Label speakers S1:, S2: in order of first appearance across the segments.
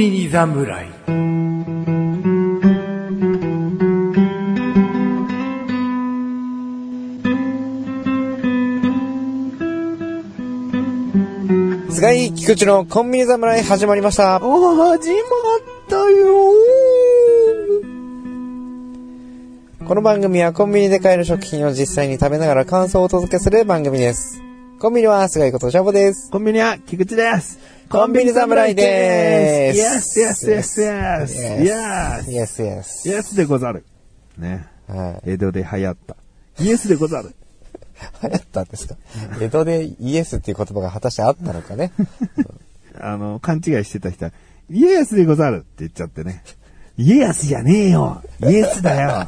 S1: 侍
S2: 菅井菊池のコンビニ侍始まりました。
S1: 始まったよ
S2: この番組はコンビニで買える食品を実際に食べながら感想をお届けする番組です。コンビニは菅井ことシャボです。
S1: コンビニは菊池です
S2: コンビニ侍でーす
S1: Yes, yes, yes, yes, yes
S2: Yes, yes.
S1: Yes でござるね
S2: は
S1: 江戸で流行ったイエスでござる
S2: い。流行ったんですか江戸でイエスっていう言葉が果たしてあったのか ね。
S1: あの、勘違いしてた人は、イエスでござるって言っちゃってね。イエスじゃねえよイエスだよ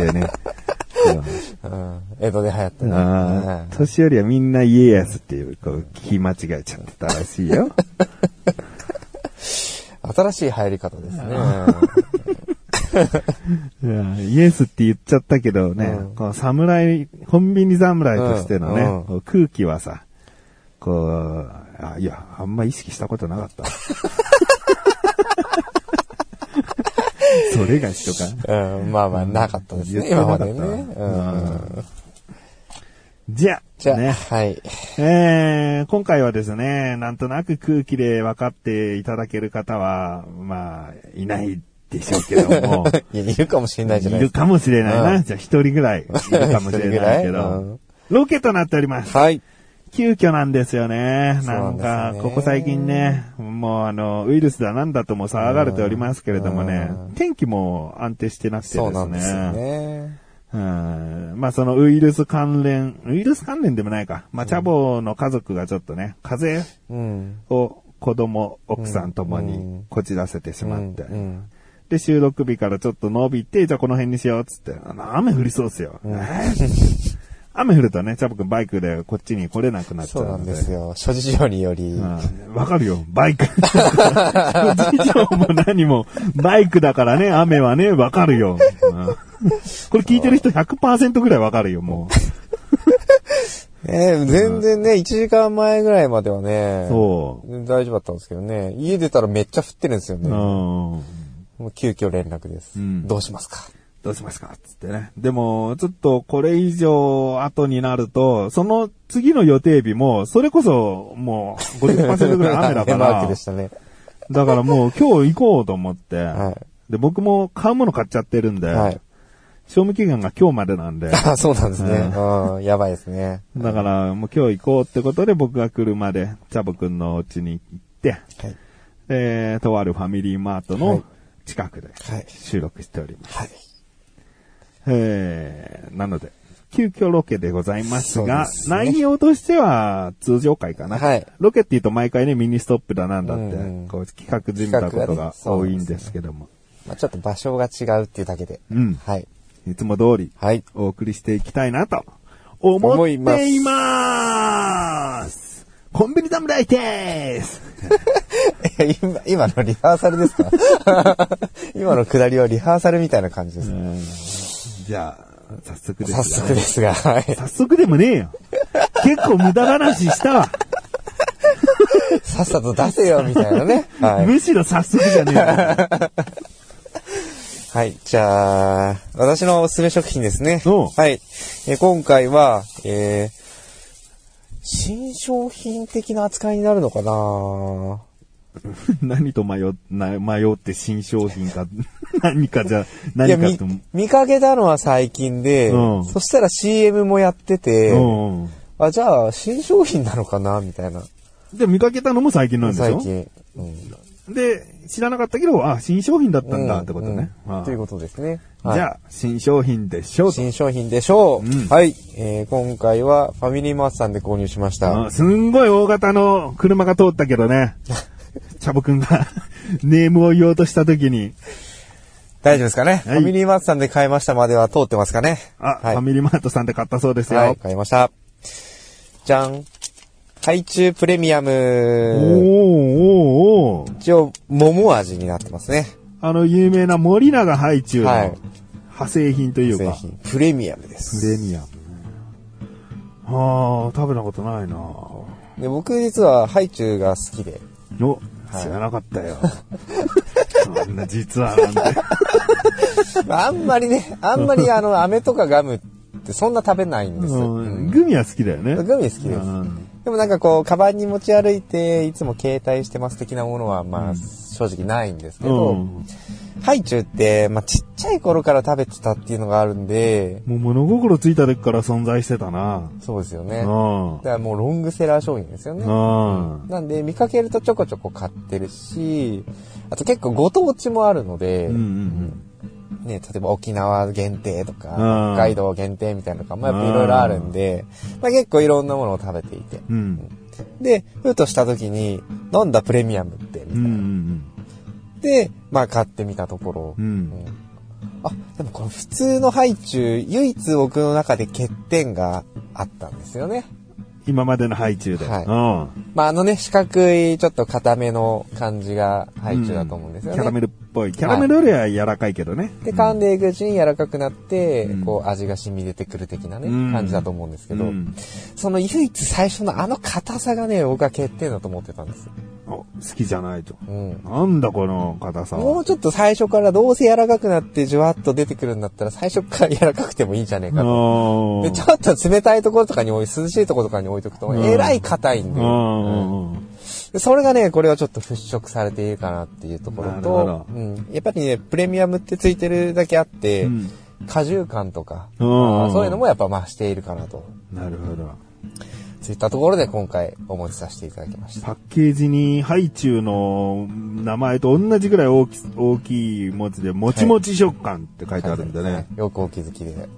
S1: っ てね。そう
S2: うん、江戸で流行った
S1: あ
S2: ね
S1: あ、。年寄りはみんな家康っていう、こう、聞き間違えちゃってたらしいよ。
S2: うん新しい入り方ですね。
S1: いやイエスって言っちゃったけどね、
S2: うん
S1: こう、侍、コンビニ侍としてのね、
S2: うんうん
S1: こう空気はさ、こう、あ、いや、あんま意識したことなか った。それがしとか。
S2: うん、まあまあ、なかったですね、今までね。うん
S1: じゃあ、
S2: じゃあ、
S1: ね、
S2: はい。
S1: えー、今回はですね、なんとなく空気で分かっていただける方は、まあ、いないでしょうけども、
S2: いやいるかもしれ ないじゃないいで
S1: る
S2: すか。
S1: かもしれないうな。
S2: ん
S1: じゃあ一人ぐらいいるかもし れないけ
S2: 一人ぐらい
S1: ど、
S2: うん
S1: ロケとなっております。
S2: はい。
S1: 急遽なんですよね。
S2: そう
S1: な
S2: なんんですね
S1: か、ここ最近ね、もうあの、ウイルスだなんだとも騒がれておりますけれどもね
S2: うん、
S1: 天気も安定してなくて
S2: そう
S1: で
S2: な
S1: す
S2: んですよ
S1: ね。
S2: ね。
S1: うんまあそのウイルス関連、ウイルス関連でもないか。まあチャボの家族がちょっとね、風邪
S2: うん。
S1: を子供、奥さんとも
S2: う
S1: に
S2: ん
S1: こじらせてしまって。
S2: うん
S1: で、収録日からちょっと伸びて、じゃあこの辺にしようっつって、あの雨降りそうっすよ。えー雨降るとね、チャボくんバイクでこっちに来れなくなっちゃ
S2: そううな
S1: の
S2: ん
S1: で。
S2: ですよ。諸事情により。
S1: うんわかるよ。バイク。事情も何も、バイクだからね、雨はね、わかるよ。うんこれ聞いてる人100%ぐらいわかるよ、もう。
S2: ええ全然ね、1時間前ぐらいまではね、
S1: そ
S2: 大丈夫だったんですけどね、家出たらめっちゃ降ってるんですよ
S1: う。
S2: ね。
S1: うん
S2: もう急遽連絡です。
S1: うん
S2: どうしますか
S1: どうしますかつってね。でも、ちょっとこれ以上後になると、その次の予定日も、それこそもう50%ぐらい 雨だか
S2: マーク
S1: ら
S2: で、したね。
S1: だからもう今日行こうと思って、
S2: は
S1: で、僕も買うもの買っちゃってるんで、
S2: はい。
S1: 賞味期限が今日までなんで、
S2: あそうなんですね。うん、やばいですね。
S1: だから、もう今日行こうってことで僕が車で、チャボくんのお家に行って、
S2: はい。
S1: で、とあるファミリーマート
S2: は
S1: の
S2: い
S1: 近くで
S2: はい。
S1: 収録しております。
S2: はい。
S1: えーなので、急遽ロケでございますが、
S2: そうですね
S1: 内容としては通常回かな。
S2: はい
S1: ロケって言うと毎回ね、ミニストップだなんだって、
S2: うんうん
S1: こう企画じみたことが多い
S2: 企画が
S1: ん
S2: ね
S1: ですけども、
S2: まあちょっと場所が違うっていうだけで。
S1: うん
S2: はい。
S1: いつも通り
S2: はい。
S1: お送りしていきたいなと思っています。
S2: 思い
S1: コンビニ侍です
S2: え今、今のリハーサルですか 今の下りはリハーサルみたいな感じですね。
S1: じゃあ、早速ですが
S2: 早速ですが、はい。
S1: 早速でもねえよ。結構無駄話したわ。
S2: さっさと出せよ、みたいな ね。はい。
S1: むしろ早速じゃねえ
S2: はい。じゃあ、私のおすすめ食品ですね。
S1: おう
S2: はい。えー今回は、えー新商品的な扱いになるのかな
S1: よ。 何と迷っな迷って新商品か、 何かじ
S2: い
S1: ゃ、
S2: や、
S1: 何か
S2: み
S1: と。
S2: 見かけたのは最近で、
S1: うん
S2: そしたら CM もやってて、
S1: うんうん
S2: あ、じゃあ、新商品なのかなみたいな。
S1: で、見かけたのも最近なんでし
S2: 最
S1: ょ
S2: 近。うん。
S1: で、知らなかったけど、あ、新商品だったんだってことね。
S2: うん
S1: ああ
S2: ということですね。はい
S1: じゃあ、新商品でしょうと。
S2: 新商品でしょう。
S1: うん
S2: はい、えー今回はファミリーマートさんで購入しました。
S1: うんすんごい大型の車が通ったけど ね。チャボくんが ネームを言おうとした時に、
S2: 大丈夫ですかね、
S1: はい
S2: ファミリーマートさんで買いましたまでは通ってますかね
S1: あ、
S2: はい
S1: ファミリーマートさんで買ったそうですよ。
S2: はい、買いました。じゃん。ハイチュウプレミア
S1: おー
S2: ム。
S1: おーおー
S2: 一応、桃味になってますね。
S1: あの、有名な森永ハイチュウの
S2: はい
S1: 派生品という
S2: 製
S1: か、
S2: 品。プレミアムで
S1: プ
S2: す。
S1: レミアムね。ああ、食べたことないな
S2: で僕実はハイチュウが好きで。
S1: の、
S2: はい
S1: 知らなかったよ。そんな実はな んて。
S2: あんまりね、あんま りあの、飴とかガムってそんな食べないんです。
S1: うんグミは好きだよね。
S2: グミ好きです
S1: うん
S2: でもなんかこう、カバンに持ち歩いて、いつも携帯してます的なものは、まあ、正直ないんですけ
S1: う
S2: ど、
S1: ん。
S2: ハイチュウって、まあ、ちっちゃい頃から食べてたっていうのがあるんで、
S1: もう物心ついた時から存在してたな。
S2: そうですよ
S1: う
S2: ね。だか
S1: ん。うん。
S2: らもうロングセラー商品ですよね。
S1: うん。
S2: なんで、見かけるとちょこちょこ買ってるし、あと結構ご当地もあるので、
S1: うん。
S2: ね、例えば沖縄限定とか、
S1: うん
S2: 北海道限定みたいなのが、まあ、やっぱいろいろあるんで、まあ、結構いろんなものを食べていて。
S1: うん。
S2: で、ふとした時に、なんだプレミアムって、みたい
S1: うん。う
S2: な。
S1: ん。
S2: で、まあ買ってみたところ、
S1: うん。うん。
S2: あ、でもこの普通のハイチュウ、唯一僕の中で欠点があったんですよね。
S1: 今までのハイチュウで。
S2: はい
S1: うん。
S2: まああのね、四角いちょっと固めの感じがハイチュウだと思うんですよ
S1: キャラ
S2: ね。
S1: メルっぽい。キャラメルよりは柔らかいけどね。
S2: で、噛んでいくうちに柔らかくなって、
S1: うん
S2: こう味が染み出てくる的なね、
S1: うん
S2: 感じだと思うんですけど、
S1: うん
S2: その唯一最初のあの硬さがね、僕は欠点だと思ってたんです。
S1: あ好きじゃないと。
S2: うん。
S1: なんだこの硬さは。
S2: もうちょっと最初からどうせ柔らかくなってじゅわっと出てくるんだったら最初から柔らかくてもいいんじゃねえかと
S1: あ
S2: で、
S1: ー
S2: ちょっと冷たいところとかに置い、涼しいところとかに置いとくと、
S1: うん
S2: えらい硬いんで、
S1: うんうん
S2: でそれがね、これはちょっと払拭されているかなっていうところ
S1: なるほ
S2: と
S1: ど、
S2: うん、やっぱりね、プレミアムってついてるだけあって、
S1: うん
S2: 果汁感とか、
S1: うん
S2: あーそういうのもやっぱ増しているかなと、
S1: なるほど。
S2: そういったところで今回お持ちさせていただきました。
S1: パッケージにハイチュウの名前と同じぐらい大き大きい文字で、もちもち食感って書いてあるんでね。
S2: よくお気づきで。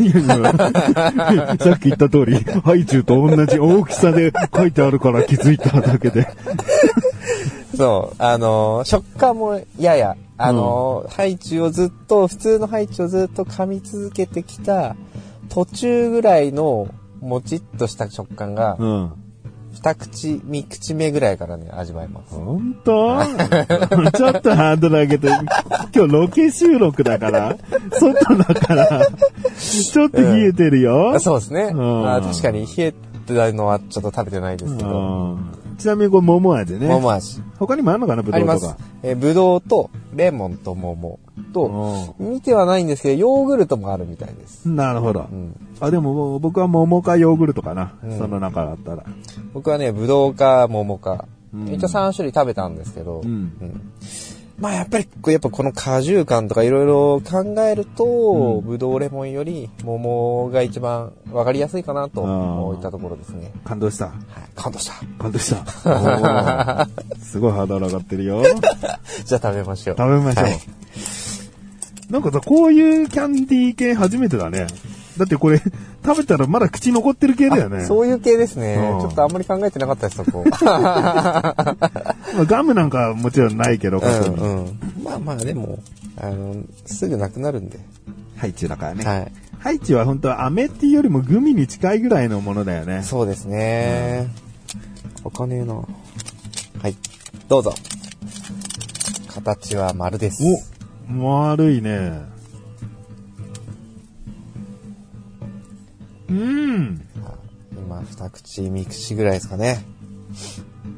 S1: いやいや さっき言った通り、ハイチュウと同じ大きさで書いてあるから気づいただけで。
S2: そう、あのー食感もやや、あのーハイチュウをずっと、普通のハイチュウをずっと噛み続けてきた、途中ぐらいの、もちっとした食感が、
S1: うん。
S2: 二口、三口目ぐらいからね、味わえます。
S1: ほんとちょっとハードル上げて、今日ロケ収録だから、外だから、ちょっと冷えてるよ。
S2: あそうですね。
S1: ん
S2: あ確かに冷えてたのはちょっと食べてないですけど。
S1: うんちなみにこれ桃味ね。
S2: 桃味。
S1: 他にもあるのかなブ
S2: あ
S1: ド
S2: り
S1: ウ
S2: ま
S1: と
S2: す
S1: か。。
S2: えー、ぶどうと、レモンと桃と、見てはないんですけど、ヨーグルトもあるみたいです。
S1: うんなるほど
S2: う。ん、
S1: あ、でも僕は桃かヨーグルトかな。
S2: うん
S1: その中だったら。
S2: 僕はね、ぶどうか桃か。
S1: うん
S2: 一応3種類食べたんですけど、
S1: うん。
S2: うんまあやっぱり、やっぱこの果汁感とかいろいろ考えると、ぶどうレモンより桃が一番わかりやすいかなと、
S1: うん
S2: こういったところですね。
S1: 感動した。
S2: はい、感動した。
S1: 感動した。おーすごい肌上がってるよ。食
S2: じゃあ食べましょう。
S1: べましょう。
S2: はい
S1: なんかさ、こういうキャンディー系初めてだね。だってこれ、 食べたらまだ口残ってる系だよね。
S2: そういう系ですね、
S1: うん
S2: ちょっとあんまり考えてなかったです、そこ。
S1: まあガムなんかはもちろんないけど、
S2: う
S1: 過去
S2: ん
S1: に
S2: うん。まあまあ、でも、あの、すぐなくなるんで。
S1: ハイチュウだからね。
S2: はい。
S1: ハイチュウは本当は飴っていうよりもグミに近いぐらいのものだよね。
S2: そうですね。お金の。はい。どうぞ。形は丸です。
S1: お丸いね。うん。
S2: 今、二口、三口ぐらいですかね。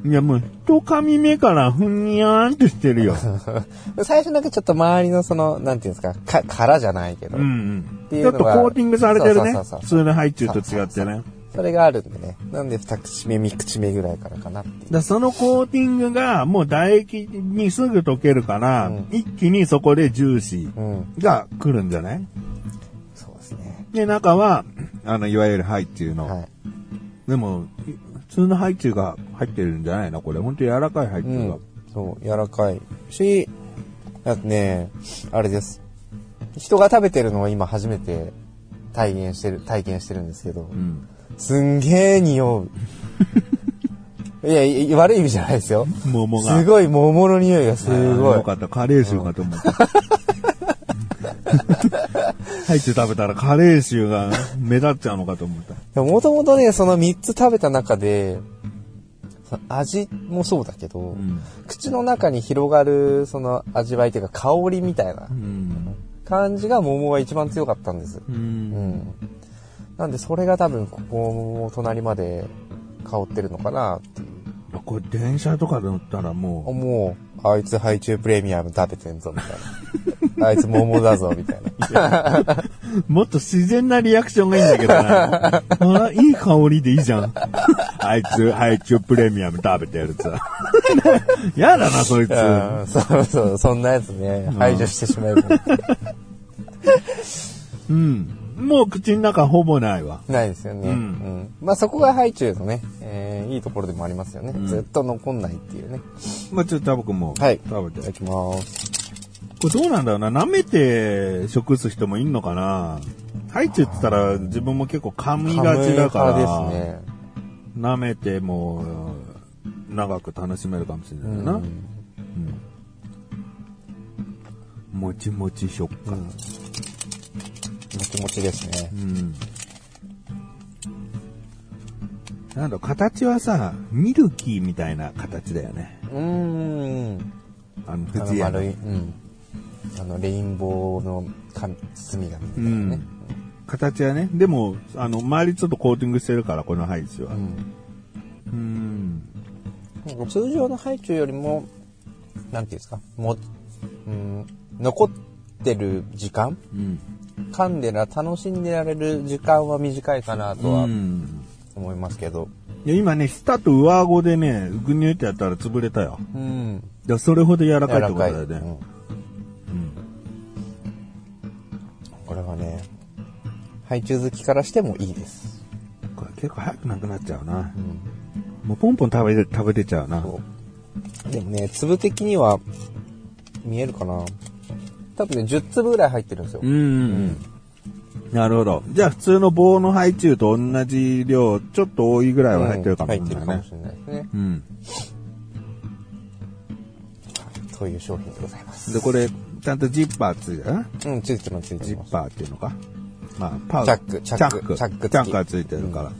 S1: いやもう、一噛み目からふにゃーんとして るよ。
S2: 最初だけちょっと周りのその、なんていうんですか、か、殻じゃないけど、
S1: うん
S2: て
S1: う
S2: い
S1: ん。
S2: う
S1: ち
S2: の
S1: ょっ
S2: が
S1: とコーティングされてる
S2: そうそ
S1: ね。
S2: うそうそう
S1: 普通のハイチュウと違ってね。だか
S2: それがあるんでね。なんで二口目、三口目ぐらいからかなっていう。
S1: らそのコーティングがもう唾液にすぐ溶けるから、
S2: うん
S1: 一気にそこでジューシ
S2: うん。
S1: ーが来るんじゃない
S2: そうですね。
S1: で、中は、あの、いわゆるハイチュウの。
S2: はい。
S1: でも、い普通のハイチュウが入ってるんじゃないな、これ。本当に柔らかいハイチ
S2: う
S1: ュウが
S2: ん。。そう、柔らかいし、あとね、あれです。人が食べてるのを今初めて体現してる、体験してるんですけど
S1: う、ん。
S2: すんげー匂う。 いやい、悪い意味じゃないですよ。
S1: 桃が。
S2: すごい桃の匂いがす
S1: あー
S2: ごい
S1: よ。かった。カレー臭かと 思った。ハイチュウ食べたらカレー臭が目立っちゃうのかと思った。
S2: もともとね、その3つ食べた中で、その味もそうだけど、
S1: うん。
S2: 口の中に広がるその味わいというか香りみたいな
S1: うん。
S2: 感じが桃が一番強かったんです。
S1: う。
S2: うんん。なんで、それが多分、ここも隣まで香ってるのかなっていう。
S1: これ電車とかで乗ったらも
S2: あもあいつハイチュウプレミアム食べてんぞ、みた いな。あいつ桃だぞ、みたいな。
S1: もっと自然なリアクションがいいんだけどな。あら、いい香りでいいじゃん。あいつ、ハイチュウプレミアム食べてるさ。やだな、そいつ。
S2: うんそうそう、そんなやつね、排除してしまえば。
S1: うん。もう口の中ほぼないわ。
S2: ないですよね。
S1: う
S2: うんん。まあそこがハイチュウのね、えーいいところでもありますよね。ずっと残んないっていうね。
S1: まあ、ちょっとタバコも
S2: はい。
S1: 食べ
S2: い
S1: て
S2: ただ。きます。
S1: これどうなんだろうな舐めて食す人もいんのかなハイチュウって言ったら自分も結構噛みがちだから、
S2: カムイ派ですね。
S1: 舐めてもうん長く楽しめるかもしれないな。
S2: うん
S1: もちもち食感。
S2: もちもちですね。
S1: うん。なんだろう形はさ、ミルキーみたいな形だよね。
S2: うーん。
S1: あの、
S2: あの
S1: 藤屋の
S2: 丸い、うん。あの、レインボーの紙包みがみた
S1: う
S2: いなね。
S1: ん。形はね、でも、あの、周りちょっとコーティングしてるから、このハイチュウは。うん。
S2: なんか通常のハイチュウよりも、なんていうんですか、も、うん、残ってる時間
S1: うん。
S2: 噛んでら楽しんでられる時間は短いかなとは
S1: うん
S2: 思いますけど。
S1: いや今ね、舌と上顎でね、ぐにゅってやったら潰れたよ。
S2: うん。
S1: いや、それほど柔ら
S2: 柔
S1: かいって
S2: ら
S1: こと
S2: かい。
S1: だよ
S2: う
S1: ね。
S2: んこれはね、ハイチュウ好きからしてもいいです。
S1: これ結構早くなくなっちゃうな
S2: う。ん
S1: もうポンポン食べて、食べてちゃうな。
S2: そうでもね、粒的には見えるかな。多分ね、10粒ぐらい入ってるんですよ
S1: う。ん。なるほど。じゃあ普通の棒のハイチュウと同じ量、ちょっと多いぐらいは入ってるかもし
S2: う
S1: れ
S2: ん入ってる
S1: な
S2: か
S1: い
S2: も
S1: ね
S2: し。れないですね。
S1: うん。
S2: という商品でございます。
S1: で、これ、ちゃんとジッパーついてるな
S2: うん、ついてます、つい
S1: ジ
S2: てま
S1: ッ
S2: す。
S1: パーっていうのか。まあ、パウ
S2: チャック
S1: チ
S2: チ
S1: ャ
S2: ャ
S1: ッ
S2: ッ
S1: ク。
S2: ク
S1: チャック。
S2: チャック付き
S1: がついてるから。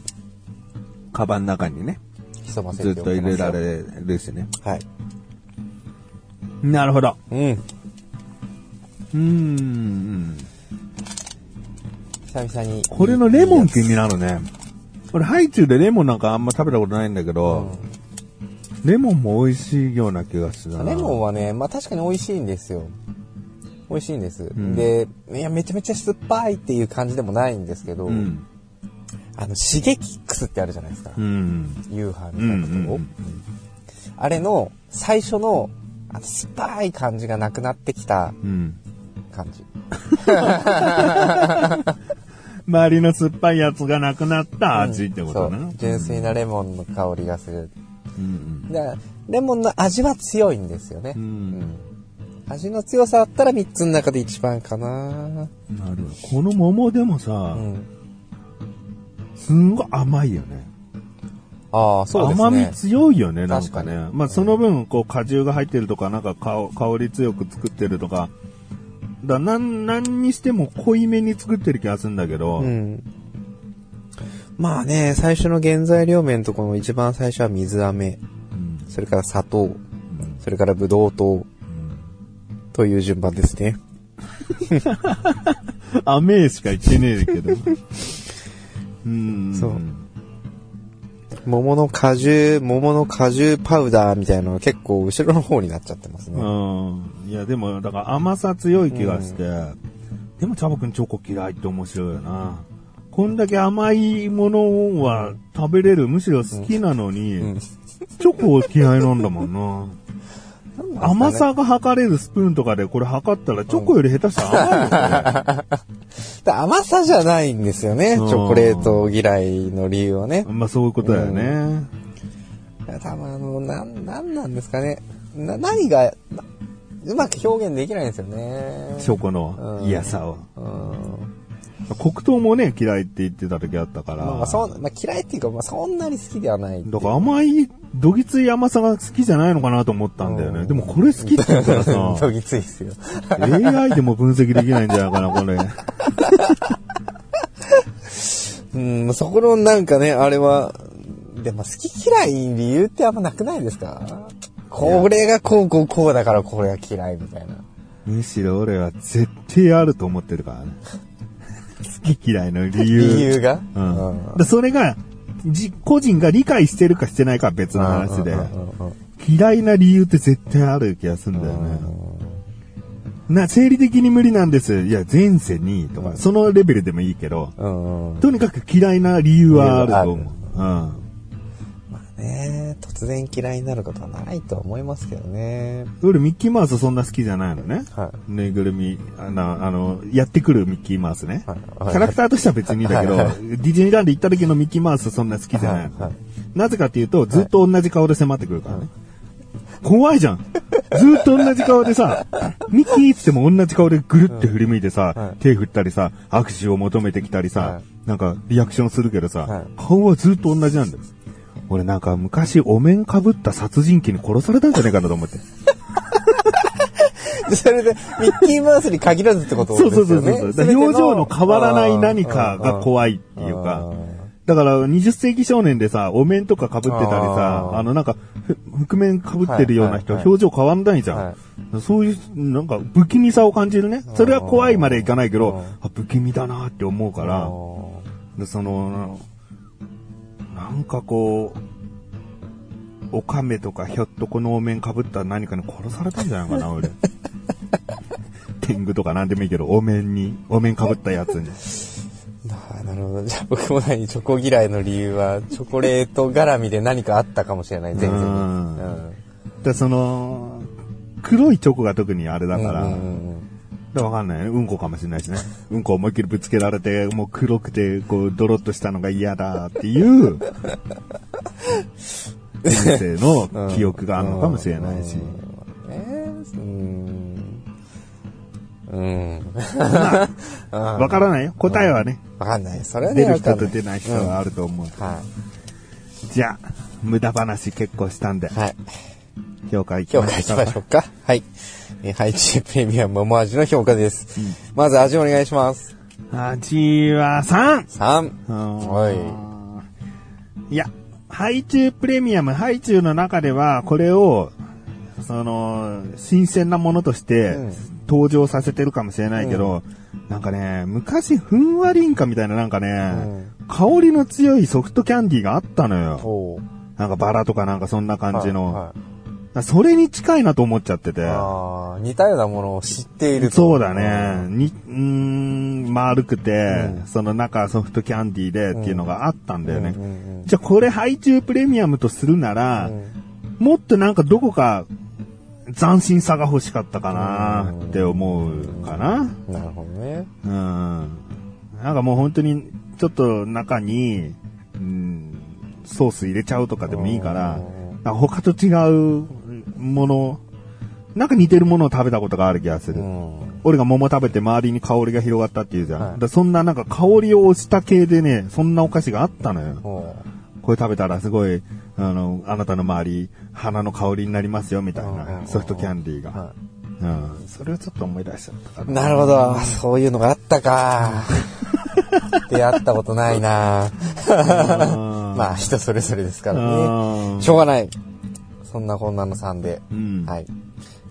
S1: カバンの中にね、
S2: 潜ませて
S1: ず
S2: お
S1: っ
S2: きま
S1: と
S2: す
S1: 入
S2: よ
S1: れられるしね。
S2: はい。
S1: なるほど。
S2: うん。
S1: うーん。
S2: 久々に。
S1: これのレモン気になるね。俺、ハイチュウでレモンなんかあんま食べたことないんだけど、レモンも美味しいような気がするな。
S2: レモン
S1: は
S2: はね、まあ確かに美味しいんですよ。美味しいんです。で、いや、めちゃめちゃ酸っぱいっていう感じでもないんですけど、
S1: うん。
S2: あの、シゲキックスってあるじゃないですか。
S1: うん。
S2: 夕飯
S1: うん。う
S2: みたいなとこ、
S1: ん。
S2: あれの、最初の、あの、酸っぱい感じがなくなってきた
S1: うん。
S2: 感じ。
S1: 周りの酸っぱいやつがなくなった味ってこ
S2: そ
S1: と
S2: う
S1: ね。。
S2: 純粋なレモンの香りがする。
S1: うん。
S2: だからレモンの味は強いんですよね。
S1: うん
S2: うん味の強さあったら3つの中で一番かな。
S1: なるほど。この桃でも
S2: う
S1: さ、
S2: ん。
S1: すんごい甘いよね。
S2: ああ、そうですね。
S1: 甘み強いよね、なんか
S2: 確
S1: ね
S2: か。
S1: まあ、その分、こう、果汁が入ってるとか、なんか香、香り強く作ってるとか、だ、なん、なんにしても濃いめに作ってる気がするんだけど、
S2: うん。まあね、最初の原材料面とこの一番最初は水飴、
S1: うん
S2: それから砂糖、それからブドウ糖、という順番ですね。
S1: 甘えしか言ってねえけ ど。うん。
S2: そう桃の果汁、桃の果汁パウダーみたいなのが結構後ろの方になっちゃってますね。
S1: うん。いや、でも、だから甘さ強い気がして、でも、チャボくんチョコ嫌いって面白いよな。こんだけ甘いものは食べれる、むしろ好きなのに、
S2: ん
S1: チョコ嫌いなんだもんな。甘さが測れるスプーンとかでこれ測ったらチョコより下手したら 甘いよ、
S2: 甘さじゃないんですよね、チ
S1: うん
S2: ョコレート嫌いの理由はね
S1: これ。まあそういうことだよね。
S2: 多分あの、なん、なんなんですかね。な、何が、なうまく表現できないんですよね。
S1: チョコの
S2: うん
S1: 嫌さを。
S2: うん。
S1: 黒糖もね、嫌いって言ってた時あったから。
S2: まあ、そんまあ、嫌いっていうか、まあ、そんなに好きではない。
S1: だから甘い、どぎつい甘さが好きじゃないのかなと思ったんだよね。でもこれ好きって言った ら
S2: ど
S1: さ、
S2: ぎついですよ。
S1: AI でも分析できないんじゃないかな、これ。
S2: うん、そこのなんかね、あれは、でも好き嫌い理由ってあんまなくないですかこれがこうこうこうだからこれが嫌いみたいな。
S1: むしろ俺は絶対あると思ってるからね。好き嫌いの理由。
S2: 理由が
S1: う
S2: うん
S1: ん。でそれが、じ個人が理解してるかしてないかは別の話で
S2: うんうんうんうん、
S1: 嫌いな理由って絶対ある気がするんだよね。な、生理的に無理なんです。いや、前世に、とか、そのレベルでもいいけど、
S2: うん。うん。
S1: とにかく嫌いな理由はあると思う。うん。
S2: まあね、突然嫌いになることはないとは思いますけどね。
S1: 俺、ミッキーマウスそんな好きじゃないのね。
S2: は
S1: ぬいぐるみ、あの、あのやってくるミッキーマウスね。
S2: はい
S1: キャラクターとしては別にいいんだけど、
S2: はいは
S1: ディズニーランド行った時のミッキーマウスそんな好きじゃないの。
S2: はいはい
S1: なぜかっていうと、ずっと同じ顔で迫ってくるからね。怖いじゃん。ずっと同じ顔でさ、ミッキーっつっても同じ顔でぐるって振り向いてさ、
S2: はい
S1: 手振ったりさ、握手を求めてきたりさ、
S2: は
S1: なんかリアクションするけどさ、
S2: はい
S1: 顔はずっと同じなんだよ。俺なんか昔お面かぶった殺人鬼に殺されたんじゃないかなと思って。
S2: い。それで、ミッキーマウスに限らずってことです
S1: そ
S2: よ
S1: う
S2: ね。
S1: そうそうそう。だから表情の変わらない何かが
S2: い
S1: 怖いっていうか
S2: あ。
S1: だから、20世紀少年でさ、お面とか被ってたりさ、
S2: あー
S1: あの、なんか、ふ覆面被ってるような人は
S2: はいはいはい
S1: 表情変わんないじゃ
S2: は
S1: ん。そういう、なんか、不気味さを感じるね。それは怖いまでいかないけど、あ不気味だなって思うか。
S2: あ
S1: ら、
S2: ー
S1: でその、なんかこう、オカメとかひょっとこのお面かぶった何かに殺されたんじゃないかな、俺。天狗とかなんでもいいけど、お面に、お面かぶったやつに。
S2: あーなるほど。じゃあ僕も何、チョコ嫌いの理由は、チョコレート絡みで何かあったかもしれない、全然。
S1: うん
S2: うん
S1: で、その、黒いチョコが特にあれだから、
S2: うんうん
S1: でわかんないね。うんこかもしれないしね。うんこ思いっきりぶつけられて、もう黒くて、こう、ドロッとしたのが嫌だっていう、人生の記憶があるのかもしれないし。
S2: うんうんえーうん。うん。
S1: わからないよ。答えはね、
S2: わかんない。それはね、
S1: 出る人
S2: わか
S1: と
S2: んない
S1: 出ない人はあると思う。
S2: は
S1: じゃあ、無駄話結構したんで
S2: い。、はい。
S1: 評価いき
S2: 評
S1: ま
S2: 価い
S1: し
S2: き
S1: ょう
S2: ましょうか。はい。えーハイチュープレミアム桃味の評価です。まず味お願いします。
S1: 味は 3!
S2: 3。は
S1: はい。いや、ハイチュウプレミアム、ハイチュウの中では、これを、その、新鮮なものとして
S2: うん、
S1: 登場させてるかもしれないけど、なんかね、昔、ふんわりんかみたいななんかね、香りの強いソフトキャンディーがあったの
S2: い。
S1: よ。
S2: おう。
S1: なんかバラとかなんかそんな感じの。
S2: はい
S1: それに近いなと思っちゃってて。
S2: あー似たようなものを知っていると
S1: そうだ。ね。に、うーん、丸くて、その中ソフトキャンディーでっていうのがあったんだよね。
S2: うんうん
S1: じゃあこれハイチュウプレミアムとするなら、
S2: うん
S1: もっとなんかどこか斬新さが欲しかったかなって思うかな。
S2: なるほどね。
S1: うん。なんかもう本当にちょっと中に、うん、ソース入れちゃうとかでもいいから
S2: うん、
S1: なんか他と違うもの、なんか似てるものを食べたことがある気がする。
S2: うん。
S1: 俺が桃食べて周りに香りが広がったっていうじゃん。
S2: はい
S1: だからそんななんか香りを押した系でね、そんなお菓子があったのよ。
S2: おう
S1: これ食べたらすごい、あの、あなたの周り、花の香りになりますよ、みたい
S2: うんうんう
S1: なんソフトキャンディーが。
S2: は
S1: うん。それをちょっと思い出しちゃったか
S2: い
S1: な。
S2: なるほど。そういうのがあったか。出会ったことないな。 まあ、人それぞれですから
S1: うん
S2: ね。しょうがない。そんなこんなの3で。
S1: うん。
S2: はい。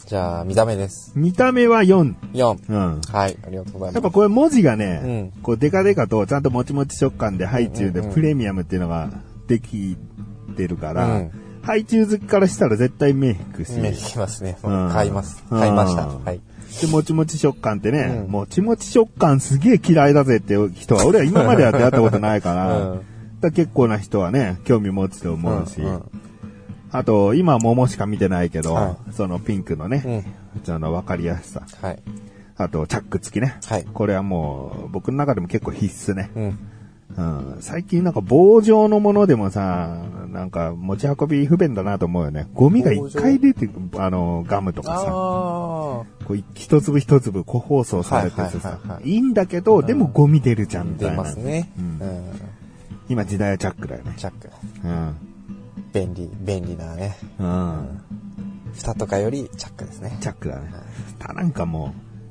S2: じゃあ、見た目です。
S1: 見た目は4。
S2: 4。
S1: うん。
S2: はい、ありがとうございます。
S1: やっぱこれ文字がね、
S2: う
S1: こうデカデカとちゃんともちもち食感でハイチュウでプレミアムっていうのができてるから、
S2: うん
S1: ハイチュウ好きからしたら絶対目引くし、
S2: 目引きますね。
S1: うん
S2: 買います。
S1: うん
S2: 買いました。はい。
S1: で、もちもち食感ってね、
S2: うん
S1: もちもち食感すげえ嫌いだぜっていう 人は、俺は今までは出会ったことないか
S2: う
S1: ら、
S2: ん
S1: だから結構な人はね、興味持つと思うし、
S2: うん
S1: あと、今は桃しか見てないけど、
S2: は
S1: そのピンクのね、その分かりやすさ、
S2: はい。
S1: あと、チャック付きね、
S2: はい
S1: これはもう、僕の中でも結構必須ね。
S2: うん。
S1: うん、最近なんか棒状のものでもさ、なんか持ち運び不便だなと思うよね。ゴミが一回出てく、あの、ガムとかさ。
S2: あ
S1: こう一粒一粒個包装されてて
S2: は
S1: さ
S2: いはいはい、はい
S1: いいんだけど、でもゴミ出るじゃん
S2: あ。
S1: みた
S2: 出
S1: いな
S2: ま。すね。
S1: う
S2: うんん。
S1: 今時代はチャックだよね。
S2: チャック。
S1: うん。
S2: 便利、便利なね。
S1: うん。
S2: 蓋とかよりチャックですね。
S1: チャックだね。蓋なんかもう、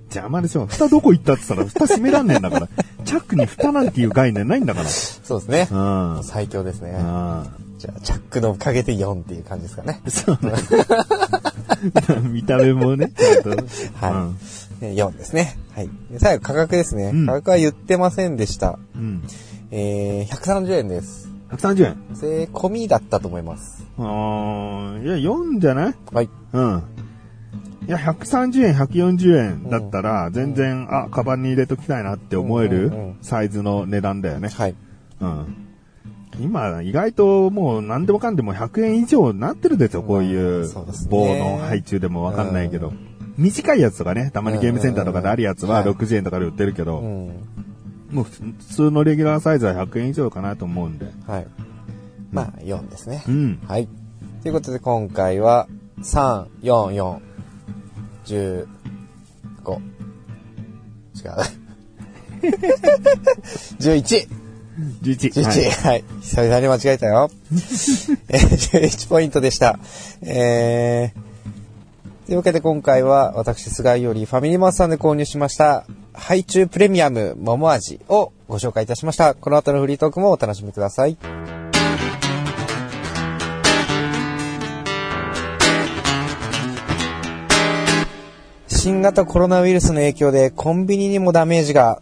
S1: 邪魔でしょ。蓋どこ行ったって言ったら蓋閉めらんねえんだから。チャックに蓋なんていう概念ないんだから。
S2: そうですね。
S1: うん。
S2: 最強ですね。
S1: うん
S2: じゃあ、チャックのおかげで4っていう感じですかね。
S1: そうね。 見た目もね。ちゃんとね
S2: は。い。で4ですね。はい。で最後、価格ですね
S1: うん。
S2: 価格は言ってませんでした。
S1: うん。うん
S2: えー、130円です。
S1: 130円。
S2: 税込みだったと思います。
S1: あーいや、4じゃない
S2: はい。
S1: うん。いや、130円、140円だったら、全然、あ、カバンに入れときたいなって思え
S2: う
S1: る
S2: んうんうん
S1: サイズの値段だよね。
S2: はい。
S1: うん。今、意外ともう何でもかんでも100円以上になってるでしょ、こうい
S2: うん
S1: う
S2: そうですね
S1: 棒の配中でもわかんないけど。短いやつとかね、たまにゲームセンターとかであるやつ
S2: う
S1: は
S2: んうんうん
S1: 60円とかで売ってるけ
S2: う
S1: ど、
S2: ん。
S1: もう普通のレギュラーサイズは100円以上かなと思うんで。
S2: はい。まあ、4ですね
S1: う。ん。
S2: はい。ということで、今回は、3、4、4、15。違う。11!
S1: 11。
S2: 11、はい、久々に間違えた よ。えー11ポイントでした。えー、というわけで今回は私、菅井よりファミリーマスさんで購入しました、ハイチュウプレミアム桃味をご紹介いたしました。この後のフリートークもお楽しみください。新型コロナウイルスの影響でコンビニにもダメージが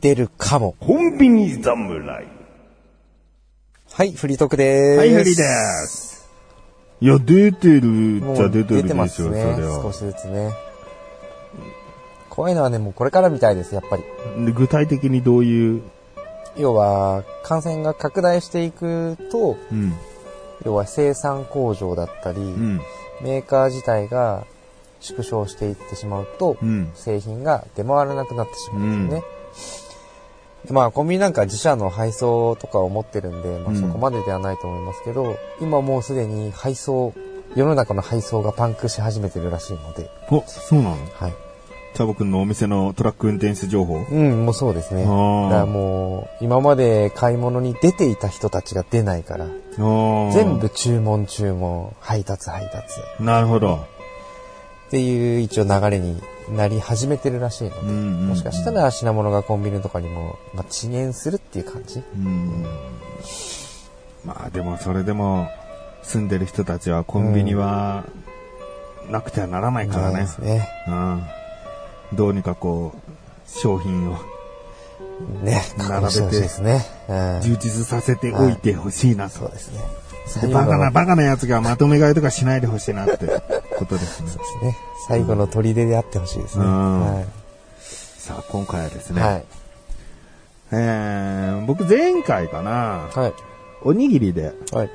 S2: 出るかも。
S1: コンビニ侍。
S2: はい、フリートークでーす。
S1: はい、フリーで。す。いや、出てる
S2: も
S1: っちゃ
S2: う
S1: 出てるでしょ、
S2: ま
S1: そ
S2: す
S1: れ
S2: ね。少
S1: は。
S2: しずつね。怖いのはね、もうこれからみたいです、やっぱり。
S1: で具体的にどういう、
S2: 要は、感染が拡大していくと、
S1: うん、
S2: 要は生産工場だったり、
S1: うん、
S2: メーカー自体が縮小していってしまうと、
S1: うん、
S2: 製品が出回らなくなってしまうんですよね。でまあ、コンビニなんか自社の配送とかを持ってるんで、ま
S1: う
S2: あ、
S1: ん
S2: そこまでではないと思いますけど、今もうすでに配送、世の中の配送がパンクし始めてるらしいので、
S1: お、そうなの
S2: はい。
S1: チャボくんのお店のトラック運転手情報。
S2: うん、もうそうですね。だから
S1: あ
S2: もう、今まで買い物に出ていた人たちが出ないから、
S1: あ。
S2: 全部。注文注文、配達配達
S1: なるほど。
S2: っていう一応流れになり始めてるらしいの
S1: う
S2: で、
S1: ん、うん。
S2: もしかした。ら品物がコンビニとかにも、まあ、遅延するっていう感じ。
S1: うん。まあ、でもそれでも、住んでる人たちはコンビニは、なくてはならないから
S2: な
S1: ね
S2: で。すね。
S1: うん。どうにかこう、商品を
S2: ね、
S1: 並べて
S2: 確保してほしいですね。うん。
S1: 充実させておいてほしいなと
S2: そう。ですね。
S1: で
S2: 最後
S1: バカな、
S2: の、
S1: バカなやつがまとめ買いとかしないでほしいなってことですね。
S2: ね、最後の砦であってほしいですね。
S1: うん
S2: は
S1: さあ、今回はです
S2: い。
S1: ね、
S2: はい。
S1: えー、僕前回かな、
S2: はい。
S1: おにぎりで、
S2: はい。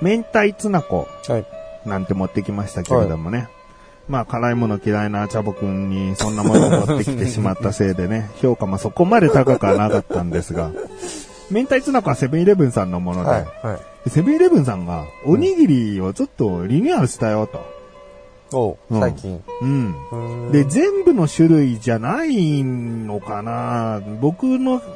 S1: 明太ツナコ
S2: はい。
S1: なんて持ってきましたけれどもね、まあ、辛いもの嫌いなチャボくんにそんなものを持ってきてしまったせい でね、評価もそこまで高くはなかったんですが、明太ツナコはセブンイレブンさんのもので、
S2: はい。はい。
S1: セブンイレブンさんがおにぎりをちょっとリニューアルしたよと。
S2: おう
S1: うん
S2: 最近。
S1: うん。
S2: うーん
S1: で、全部の種類じゃないのかな僕の知っ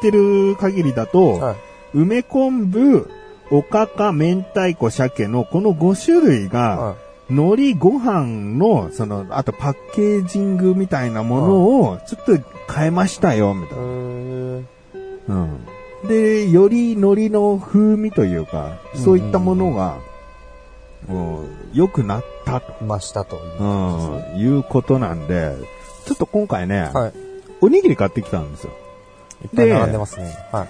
S1: てる限りだと、
S2: はい。
S1: 梅昆布、おかか、明太子、鮭のこの5種類が、
S2: は
S1: 海苔、ご飯の、その、あとパッケージングみたいなものを、ちょっと変えましたよ、み
S2: い。
S1: た
S2: う
S1: いな。
S2: ーん。
S1: うん。で、より海苔の風味というか、そういったものが、もう良くなったと。
S2: ましたというこ
S1: う
S2: とですね。
S1: ん、いうことなんで、ちょっと今回ね、
S2: はい。
S1: おにぎり買ってきたんですよ。
S2: いっぱい並んでますね。はい。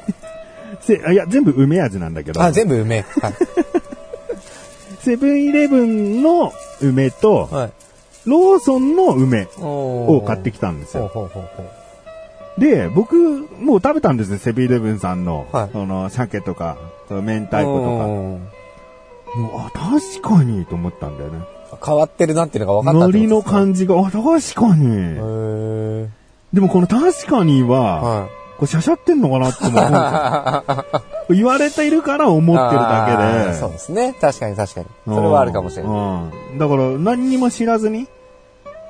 S1: せあいや、全部梅味なんだけど、
S2: あ、全部梅。はい。
S1: セブンイレブンの梅と、
S2: はい。
S1: ローソンの梅を
S2: を
S1: 買って
S2: き
S1: きたんです
S2: ほう
S1: よ。
S2: ほうほうほ
S1: で、僕、もう食べたんですね、セブンイレブンさんの、
S2: はい
S1: その、鮭とか、その明
S2: う。
S1: 太子とか。
S2: うん
S1: もうあ、確かにと思ったんだよね。
S2: 変わってるなっていうのが分かった
S1: 海
S2: って
S1: 苔の
S2: じ。
S1: 感じが、あ、確か
S2: へ
S1: に。
S2: ー
S1: でもこの確かには、
S2: は
S1: これ、しゃしゃってんのかなって思うんです
S2: い。
S1: よ 言われているから思ってるだけ
S2: あー
S1: で。
S2: そうですね。確かに確かに。
S1: うん
S2: それはあるかもしれない。
S1: うん。だから、何にも知らずに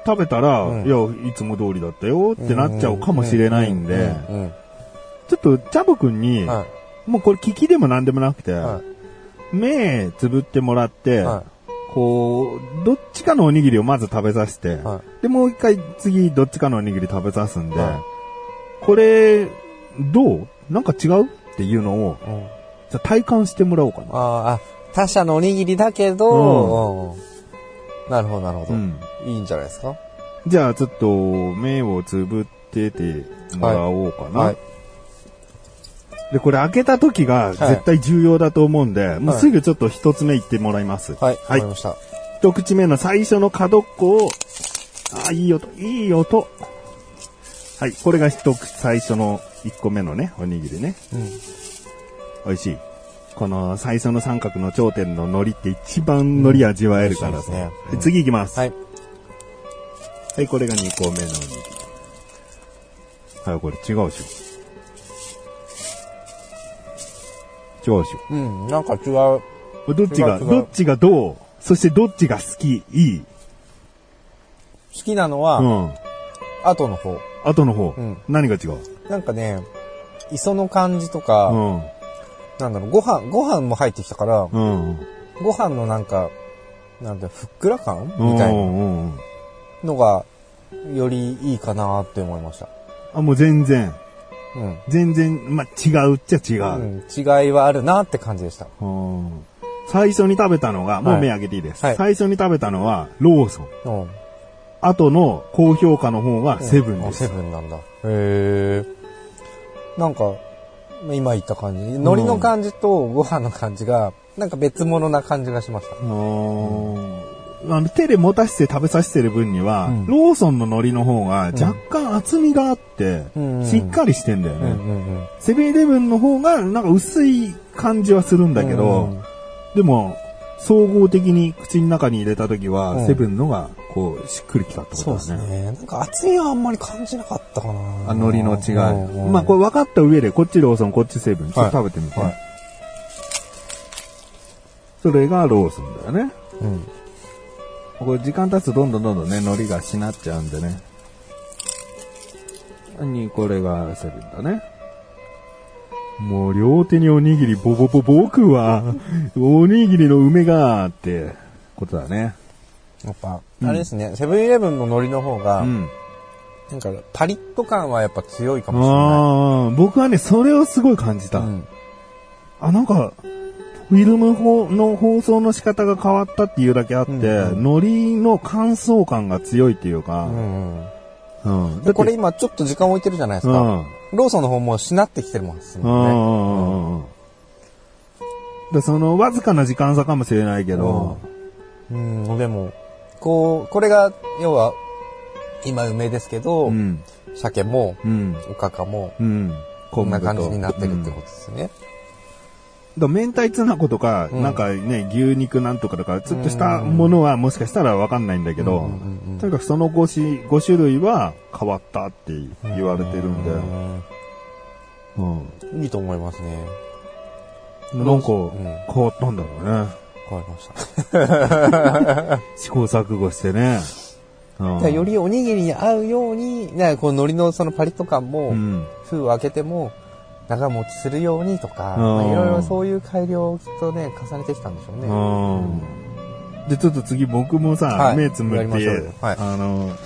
S1: 食べたら、
S2: うん
S1: いや、いつも通りだったよってなっちゃうかもしれないんで、
S2: うんうんうん
S1: ちょっと、チャボくん
S2: う
S1: に、
S2: んは
S1: もうこれ聞きでも何でもなくて、
S2: い。は
S1: 目つぶってもらって、
S2: い。は
S1: こう、どっちかのおにぎりをまず食べさせ
S2: い。
S1: て、
S2: は
S1: で、もう一回次、どっちかのおにぎり食べさすんで、
S2: は
S1: これ、どうなんか違うっていうのを、
S2: いうん
S1: じゃあ体感してもらおうかな。
S2: あーあ、他社のおにぎりだけど、うんなるほど、なるほ
S1: う
S2: ど。
S1: ん。
S2: いいんじゃないですか
S1: じゃあちょっと目をつぶっててもらおうかな。
S2: はい。
S1: で、これ開けた時が絶対重要だと思うんで、もうすぐちょっと一つ目言ってもらいます。
S2: はい、わかり
S1: はい
S2: ました。
S1: 一口目の最初の角っこを、あー、いい音、いい音。はい、これが一口、最初の一個目のね、おにぎりね。
S2: うん。
S1: 美味しい。この最初の三角の頂点の海苔って一番海苔味わえるから
S2: うんそう
S1: さ。
S2: ですね
S1: で次行きます。は、
S2: はいい。
S1: これが二個目のおにぎり。はい、これ違うでしょ。違うでしょ。
S2: うん、なんか違う。
S1: どっちが、
S2: 違う違う
S1: どっちがどう、そしてどっちが好き、いい。
S2: 好きなのは、
S1: うん。
S2: 後の方。
S1: 後の方。
S2: うん
S1: 何が違う
S2: なんかね、磯の感じとか、
S1: うん。
S2: なんだろう、ご飯、ご飯も入ってきたから、
S1: うん。
S2: ご飯のなんか、なんだろうふっくら感
S1: うん
S2: みたいな
S1: うんうん
S2: のが、よりいいかなって思いました。
S1: あ、もう全然。
S2: うん。
S1: 全然、まあ、違うっちゃ違
S2: う
S1: う。
S2: ん、違いはあるなって感じでした。
S1: うん最初に食べたのが、もう
S2: はい
S1: 目開けていいです。
S2: はい
S1: 最初に食べたのは、ローソン。
S2: うん。
S1: 後の高評価の方は、セブンで
S2: あ
S1: す
S2: セ。ブンなんだ。へえ。なんか、今言った感じ。海苔の感じとご飯の感じが、なんか別物な感じがしました。
S1: うんあの手で持たせて食べさせてる分には、
S2: うん
S1: ローソンの海苔の方が若干厚みがあって、
S2: うん
S1: しっかりしてんだよ
S2: う
S1: ね。
S2: んうんうん。
S1: セブンイレブンの方がなんか薄い感じはするんだけど、
S2: うん
S1: でも総合的に口の中に入れた時は、
S2: うん
S1: セブンのがこうしっくりきたってこ
S2: そう
S1: と
S2: で
S1: だ
S2: す
S1: ね。
S2: ね。なんか厚みはあんまり感じなかったかな。
S1: あ海苔の違い、
S2: うんうん
S1: まあこれ分かった上でこっちローソンこっちセブンちょっと食べてみて、
S2: はい
S1: それがローソンだよね
S2: うん。
S1: これ時間経つとどんどんどんどんね海苔がしなっちゃうんでねにこれがセブンだねもう両手におにぎりボボボ僕はおにぎりの梅がってことだね
S2: やっぱ、
S1: うん
S2: あれですね、セブンイレブンの海苔の方が、
S1: うん
S2: なんかパリッと感はやっぱ強いかもしれない。
S1: ああ僕はねそれをすごい感じた、
S2: うん
S1: あ、なんか、フィルム法の放送の仕方が変わったっていうだけあって、
S2: うんうん
S1: 海苔の乾燥感が強いっていうか
S2: う、んうん
S1: うん。だっ
S2: で
S1: て
S2: これ、今ちょっと時間置いてるじゃないです
S1: うん。
S2: か。
S1: うん
S2: ローソンの方もしなってきてます
S1: う
S2: もんね。
S1: んうんうん。で、その、わずかな時間差かもしれないけど、
S2: うん、でも、こう、これが、要は、今梅ですけど、
S1: うん。
S2: 鮭も、
S1: うん。
S2: おかかも、
S1: うん。
S2: こ
S1: こ
S2: んな感じになってるって
S1: と
S2: ことですね。
S1: だから明太ツナコとか、
S2: うん
S1: なんかね、牛肉なんとかとか、ちょっとしたものはもしかしたらわかんないんだけど、
S2: うんうんうんうん
S1: とにかくその 5, 5種類は変わったって言われてるんで、うん。
S2: うんいいと思いますね。
S1: なんか
S2: うん
S1: 変わったんだろうね。
S2: わかりました。
S1: 試行錯誤してね。うん
S2: だからよりおにぎりに合うように、なんかこう海苔のそのパリッと感も、
S1: うん。
S2: 封を開けても長持ちするようにとか、
S1: うん
S2: まあいろいろそういう改良をきっとね、重ねてきたんでしょうね。
S1: うん。で、ちょっと次僕もさ、
S2: はい
S1: 目つむ
S2: や
S1: っ
S2: りま
S1: て、
S2: しょうよはい
S1: あの、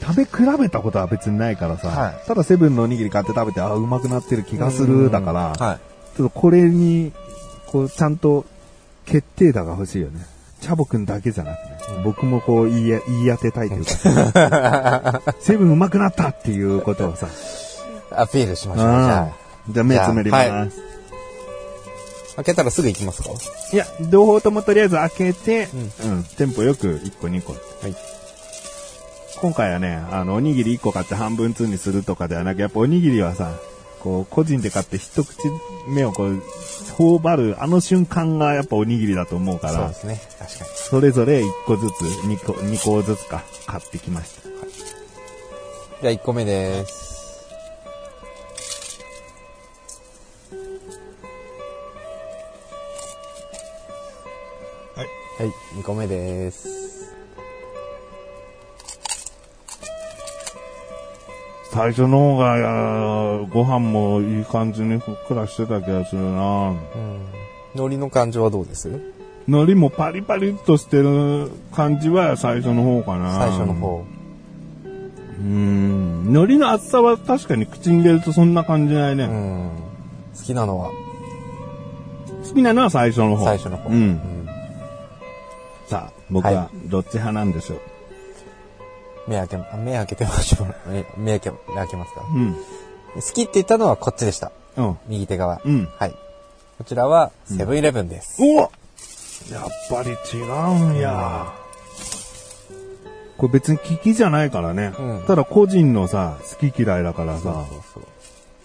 S1: 食べ比べたことは別にないからさ、
S2: は
S1: ただセブンのおにぎり買って食べて、あ、うまくなってる気がするだから、
S2: はい。
S1: ちょっとこれに、こう、ちゃんと決定打が欲しいよね。チャボくんだけじゃなくね、僕もこう言いや、言い当てたいというか、 セブンうまくなったっていうことをさ、
S2: アピールしましょう。じゃ
S1: あ
S2: あ、
S1: ーじゃあ目つむります、。
S2: じゃあは開けたらすぐ行きますかはい
S1: や、両方ともとりあえず開けて、う、
S2: うん
S1: テンポよく1個2個。
S2: い。
S1: 今回はね、あの、おにぎり1個買って半分通にするとかではなく、やっぱおにぎりはさ、こう、個人で買って一口目をこう、頬張る、あの瞬間がやっぱおにぎりだと思うか
S2: そうで
S1: ら、
S2: すね。確かに。
S1: それぞれ1個ずつ、2個、2個ずつか、買ってきました。
S2: じゃあ1個目です。
S1: はい。
S2: はい、2個目です。
S1: 最初の方が、いやーご飯もいい感じにふっくらしてた気がするな
S2: うん。海苔の感じはどうです
S1: 海苔もパリパリっとしてる感じは最初の方かな。
S2: 最初の。方。
S1: うん。海苔の厚さは確かに口に入れるとそんな感じないうね。
S2: ん。好きなのは
S1: 好きなのは最初の方。
S2: 最初の方。
S1: う。
S2: うんん
S1: さあ、僕は
S2: は
S1: どっち派なんでしょう。
S2: 目開け、 あ目開けてましょう。目目開け、開けますか
S1: うん。
S2: 好きって言ったのはこっちでした。
S1: うん。
S2: 右手側。
S1: うん
S2: はい。こちらは、セブンイレブンです。
S1: おやっぱり違うんや。これ別に聞きじゃないからね。
S2: うん
S1: ただ個人のさ、好き嫌いだからさ。
S2: そう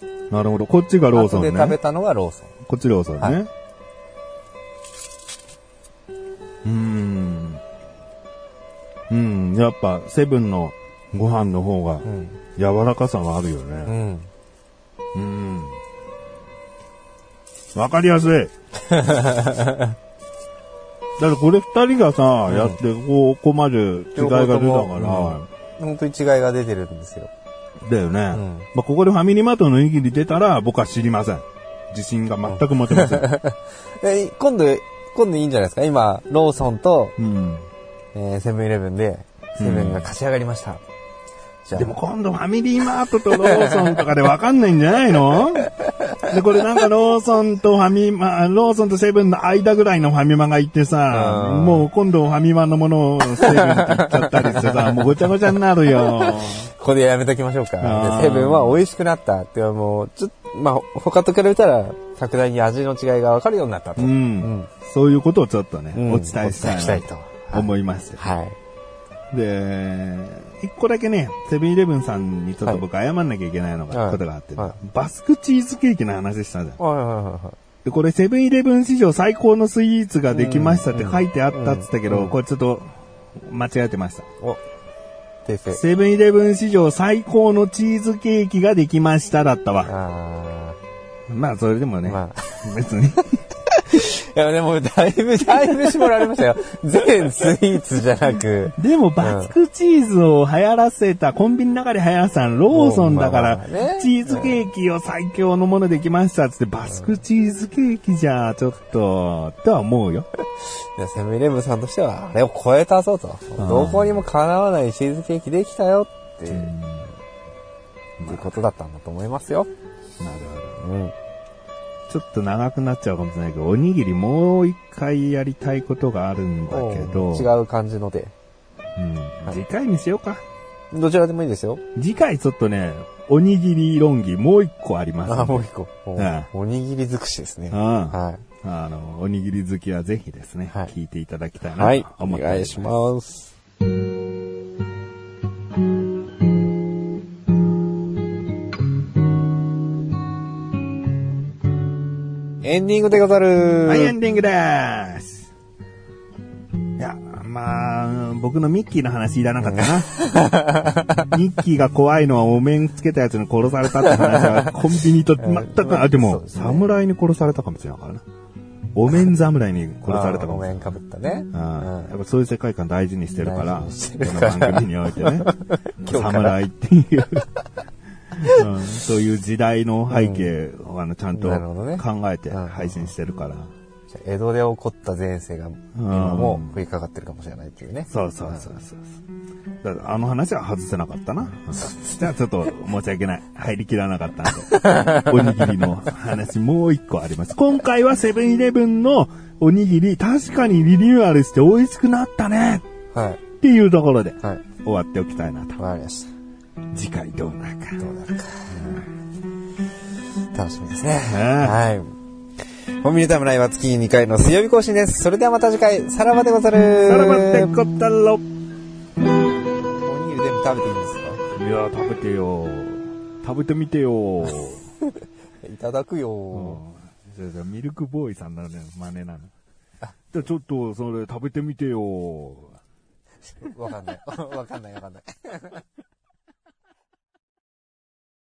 S2: そう
S1: なるほど。こっちがローソ
S2: 後で
S1: ン
S2: 食べ
S1: ね。
S2: たのがローソン。
S1: こっちローソンね。
S2: はいう
S1: ーん。うん。やっぱ、セブンのご飯の方が
S2: うん。
S1: 柔らかさがあるよ
S2: う
S1: ね。
S2: ん。
S1: うん。わか りやすい。だってこれ二人がさ、
S2: ん
S1: やって、こう、ここまで違いが出
S2: 両方
S1: た
S2: と
S1: か
S2: も本当に違いが出てるんですよ。
S1: ら、だよね。
S2: ん
S1: まあ、ここでファミリーマートのおにぎり出たら、僕は知りません。自信が全く持てま せん。
S2: で、今度、今度いいんじゃないですか今、ローソンと、
S1: うん。
S2: えーセブンイレブンで、セブンが勝ち上がりました。じゃあ、
S1: でも今度ファミリーマートとローソンとかでわかんないんじゃないので、これなんかローソンとファミマ、ローソンとセブンの間ぐらいのファミマがいてさ
S2: う、ん
S1: もう今度ファミマのものをセブンって言っちゃったりして さ、もうごちゃごちゃになるよ。
S2: ここでやめときましょうか
S1: あ。ー
S2: でセブンは美味しくなった。ってはもう、ちょっと、まあ、他と比べたら、格段に味の違いが分かるようになったと。
S1: うん。
S2: ん
S1: そういうことをちょっとね、
S2: うん
S1: お伝えし
S2: お伝
S1: たい
S2: え
S1: な
S2: したいと。
S1: 思います。
S2: はい。
S1: で、一個だけね、セブンイレブンさんにちょっと僕謝んなきゃいけないのが、
S2: はい
S1: ことがあって、
S2: はい
S1: バスクチーズケーキの話したじゃん。
S2: はいはいはいはい。
S1: でこれセブンイレブン史上最高のスイーツができましたって書いてあったっつったけ
S2: うんう
S1: ど、
S2: ん
S1: これちょっと間違えてました。
S2: お、訂正。
S1: セブンイレブン史上最高のチーズケーキができましただったわ。
S2: あ
S1: まあそれでも
S2: ー
S1: ね、
S2: まあ。
S1: 別 に。
S2: いや、でも、だいぶ、だいぶ絞られましたよ。全スイーツじゃなく。
S1: でもバスクチーズを流行らせた、コンビニの中で流行らせたのローソンだ
S2: ま
S1: から
S2: あまあまあね、
S1: チーズケーキを最強のものできましたっつって、バスクチーズケーキじゃちょっと、とは思うよ。
S2: いやセブンイレブンさんとしては、あれを超えたぞと。
S1: ん
S2: どこにもかなわないチーズケーキできたよっていう、っていうことだったんだと思いますよ。
S1: なるほど。
S2: うん。
S1: ちょっと長くなっちゃうかもしれないけど、おにぎりもう一回やりたいことがあるんだけど、
S2: 違う感じので。
S1: うん次回にしようか。
S2: どちらでもいいですよ。
S1: 次回ちょっとね、おにぎり論議もう一個あります、
S2: あ、もう一個。お
S1: ええ
S2: おにぎり尽くしですね。
S1: うん
S2: は
S1: あの、おにぎり好きはぜひですね、
S2: はい
S1: 聞いていただきたい
S2: い。はい
S1: な。と
S2: お
S1: 思って
S2: 願いします。エンディングでござる。
S1: はい、エンディングです。いや、まあ、僕のミッキーの話いらなかっ たな。ミッキーが怖いのはお面つけたやつに殺されたって話 は、コンビニと全く、あ、
S2: そ
S1: で
S2: う
S1: も、
S2: ですね
S1: 侍に殺されたかもしれな いからな。お面侍に殺されたか
S2: あーお
S1: もしれない。
S2: 面かぶったね。
S1: うんや
S2: う
S1: っぱそういう世界観大事にしてるから、こ
S2: 大事にしてる
S1: の
S2: から
S1: 番組において ね、
S2: 今日から
S1: 侍って いう、うんそういう時代の背景を、あのちゃんと
S2: なるほどね
S1: 考えて
S2: うん
S1: 配信してるから。
S2: じゃあ江戸で起こった前世が今も降りかかってるかもしれないっていうね。
S1: そうそうそうそうそう。だからあの話は外せなかったな。じゃあちょっと申し訳ない。入りきらなかったんで。おにぎりの話もう一個あります。今回はセブンイレブンのおにぎり、確かにリニューアルして美味しくなったね
S2: はい。
S1: っていうところで
S2: はい。
S1: 終わっておきたいなと。
S2: わかりまし
S1: 次回どうなるか。
S2: た。どうなるか。楽しみですね。
S1: は
S2: はい。コンビニタイムライブは月2回の水曜日更新です。それではまた次回、さらばでござる。
S1: さらばってこったろ。
S2: おにぎり全部食べていいんです
S1: いや、食べてよ。食べてみてよ。
S2: かいただくよ。
S1: それじゃミルクボーイさんのね、真似なの。じゃあちょっと、それ食べてみてよ。
S2: わかんない。わかんないわかんない。